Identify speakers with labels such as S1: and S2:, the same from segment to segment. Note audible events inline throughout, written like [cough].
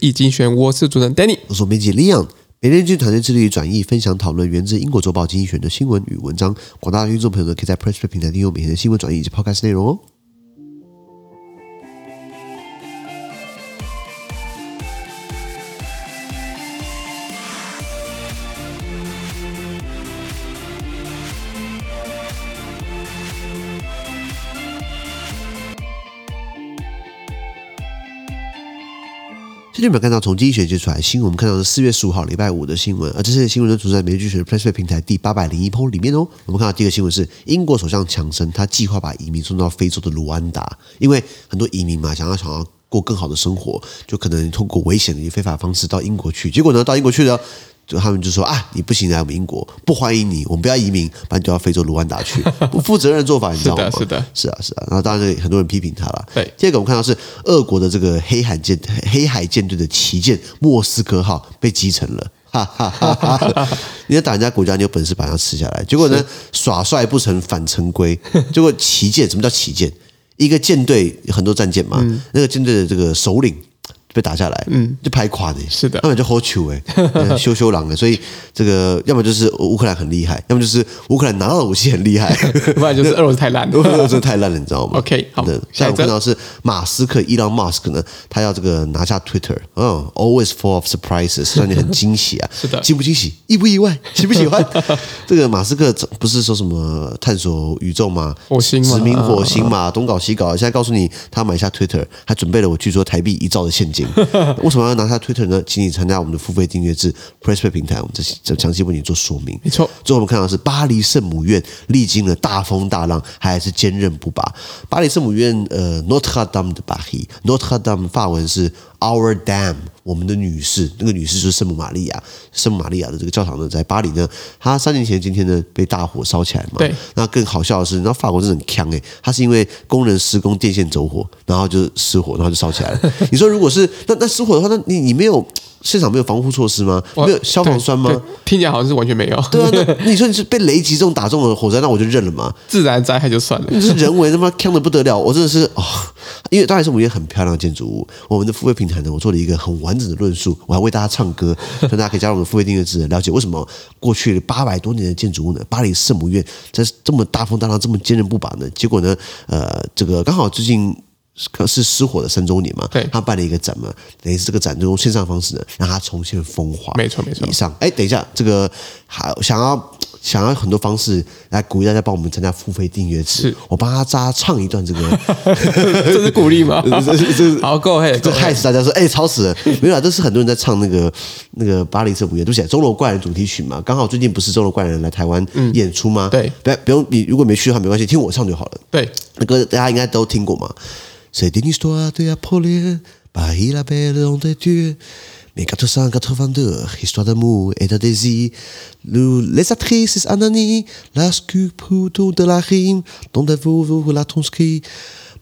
S1: 易经漩涡是主持人
S2: [laughs]
S1: Danny。
S2: 我是总编辑 Leon。每天军团队致力于转译、分享、讨论源自英国《周报》精选的新闻与文章。广大的听众朋友呢，可以在 Press Play 平台订阅每天的新闻转译以及 Podcast 内容哦。最近有没有看到从精选接出来的新闻？我们看到的是四月十五号礼拜五的新闻，而啊这些新闻都存在每日精选的 Press Play 平台第八百零一铺里面哦。我们看到第一个新闻是英国首相强生，他计划把移民送到非洲的卢安达，因为很多移民嘛，想要想要。过更好的生活，就可能通过危险的非法方式到英国去。结果呢，到英国去了，就他们就说啊，你不行来我们英国，不欢迎你，我们不要移民，把你丢到非洲卢安达去，不负责任的做法，你知道吗？
S1: [laughs] 是的是的
S2: 是啊，是啊。然后当然很多人批评他了。
S1: 对
S2: 第二个我们看到是俄国的这个黑海舰 [laughs] 黑海舰队的旗舰莫斯科号被击沉了。哈哈哈哈！
S1: [laughs]
S2: 你要打人家国家，你有本事把它吃下来。结果呢，耍帅不成反成规。结果旗舰，什么叫旗舰？一个舰队很多战舰嘛，
S1: 嗯
S2: 那个舰队的这个首领被打下来，嗯，就拍垮的、
S1: 是的
S2: 他们就吼球
S1: [laughs]
S2: 哎，嗯羞羞狼的。所以这个要么就是乌克兰很厉害，要么就是乌克兰拿到的武器很厉害，
S1: 不然就是俄罗斯太烂
S2: [laughs] 俄罗
S1: 了。
S2: 斯真的太烂了，你知道吗
S1: OK，好
S2: 真的
S1: 下
S2: 下
S1: 一
S2: 一
S1: 则
S2: 我看到是马斯克伊朗马斯克呢，他要这个拿下 Twitter，嗯，always full of surprises，让你很惊喜
S1: [laughs]
S2: 啊。是
S1: 的
S2: 惊不惊喜，意不意外， [laughs] 喜不喜欢？这个马斯克不是说什么探索宇宙吗？
S1: 火星嘛嗯
S2: 殖民火星嘛，东搞西搞。现在告诉你，他买下 Twitter，还准备了我据说台币一兆的现金。 [laughs] 为什么要拿下 Twitter 呢？请你参加我们的付费订阅制 Press Play 平台，我们这这详细为你做说明。
S1: 没错，
S2: 最后我们看到的是巴黎圣母院历经了大风大浪，还是坚韧不拔。巴黎圣母院，呃，Notre Dame de Paris，Notre Dame 法文是 Our Dam，我们的女士，那个女士就是圣母玛利亚。圣母玛利亚的这个教堂呢，在巴黎呢，它三年前今天呢被大火烧起来嘛。
S1: 对
S2: 那更好笑的是，那法国真的很强诶、欸它是因为工人施工电线走火，然后就失火，然后就烧起来了。 [laughs] 你说如果是那那失火的话，那你你没有现场没有防护措施吗？
S1: 我
S2: 没有消防栓吗？
S1: 对？对听起来好像是完全没有。
S2: 对啊，那你说你是被雷击中打中了火灾，那我就认了嘛。
S1: 自然灾害就算
S2: [laughs]
S1: 了。
S2: 你是人为他妈坑的不得了，我真的是哦，因为当然是我们也很漂亮的建筑物。我们的付费平台呢，我做了一个很完整的论述，我还为大家唱歌，所以大家可以加入我们的付费订阅制，了解为什么过去八百多年的建筑物呢，巴黎圣母院在这么大风大浪、这么坚韧不拔呢？结果呢，呃，这个刚好最近。可是失火的三周年嘛，
S1: 对
S2: 他办了一个展嘛，等于是这个展就用线上方式呢，让它重现风华。
S1: 没错没错
S2: 以上，哎，等一下，这个还想要想要很多方式来鼓励大家帮我们参加付费订阅制
S1: 是，
S2: 我帮他扎唱一段这
S1: [laughs]
S2: 个，
S1: 这是鼓励吗？
S2: [laughs] 这这这
S1: [laughs] 好，Go ahead，
S2: 这
S1: go ahead
S2: 害死大家说，哎、吵死了，没有啦，这是很多人在唱那个那个巴黎圣母院，对不起，钟楼怪人主题曲嘛，刚好最近不是钟楼怪人来台湾演出吗？
S1: 嗯对
S2: 不要不用你如果没去的话没关系，听我唱就好了。
S1: 对，
S2: 那歌大家应该都听过嘛。C'est une histoire de Napoléon, Paris la belle en de Dieu. Mais 1482, histoire d'amour et de désir. Nous, les actrices Anani, la sculpture de la rime, dont de vous vous la transcrit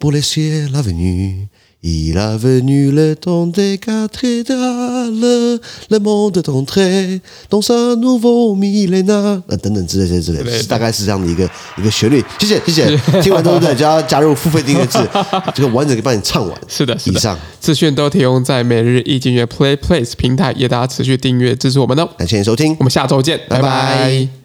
S2: pour les cieux la venue. Il a venu le temps des cathédrales, le monde est entré dans un nouveau millénaire。啊，等等之类之类之类
S1: 对
S2: 的，大概是这样的一个一个旋律。谢谢谢谢，听完之后大家加入付费订阅制，这个完整的帮你唱完。
S1: [laughs] 是的，是的。
S2: 以上
S1: 资讯都提供在每日易经乐 Play Place 平台，也大家持续订阅支持我们哦。
S2: 感谢你收听
S1: 我。们下周见，
S2: 拜
S1: 拜拜
S2: 拜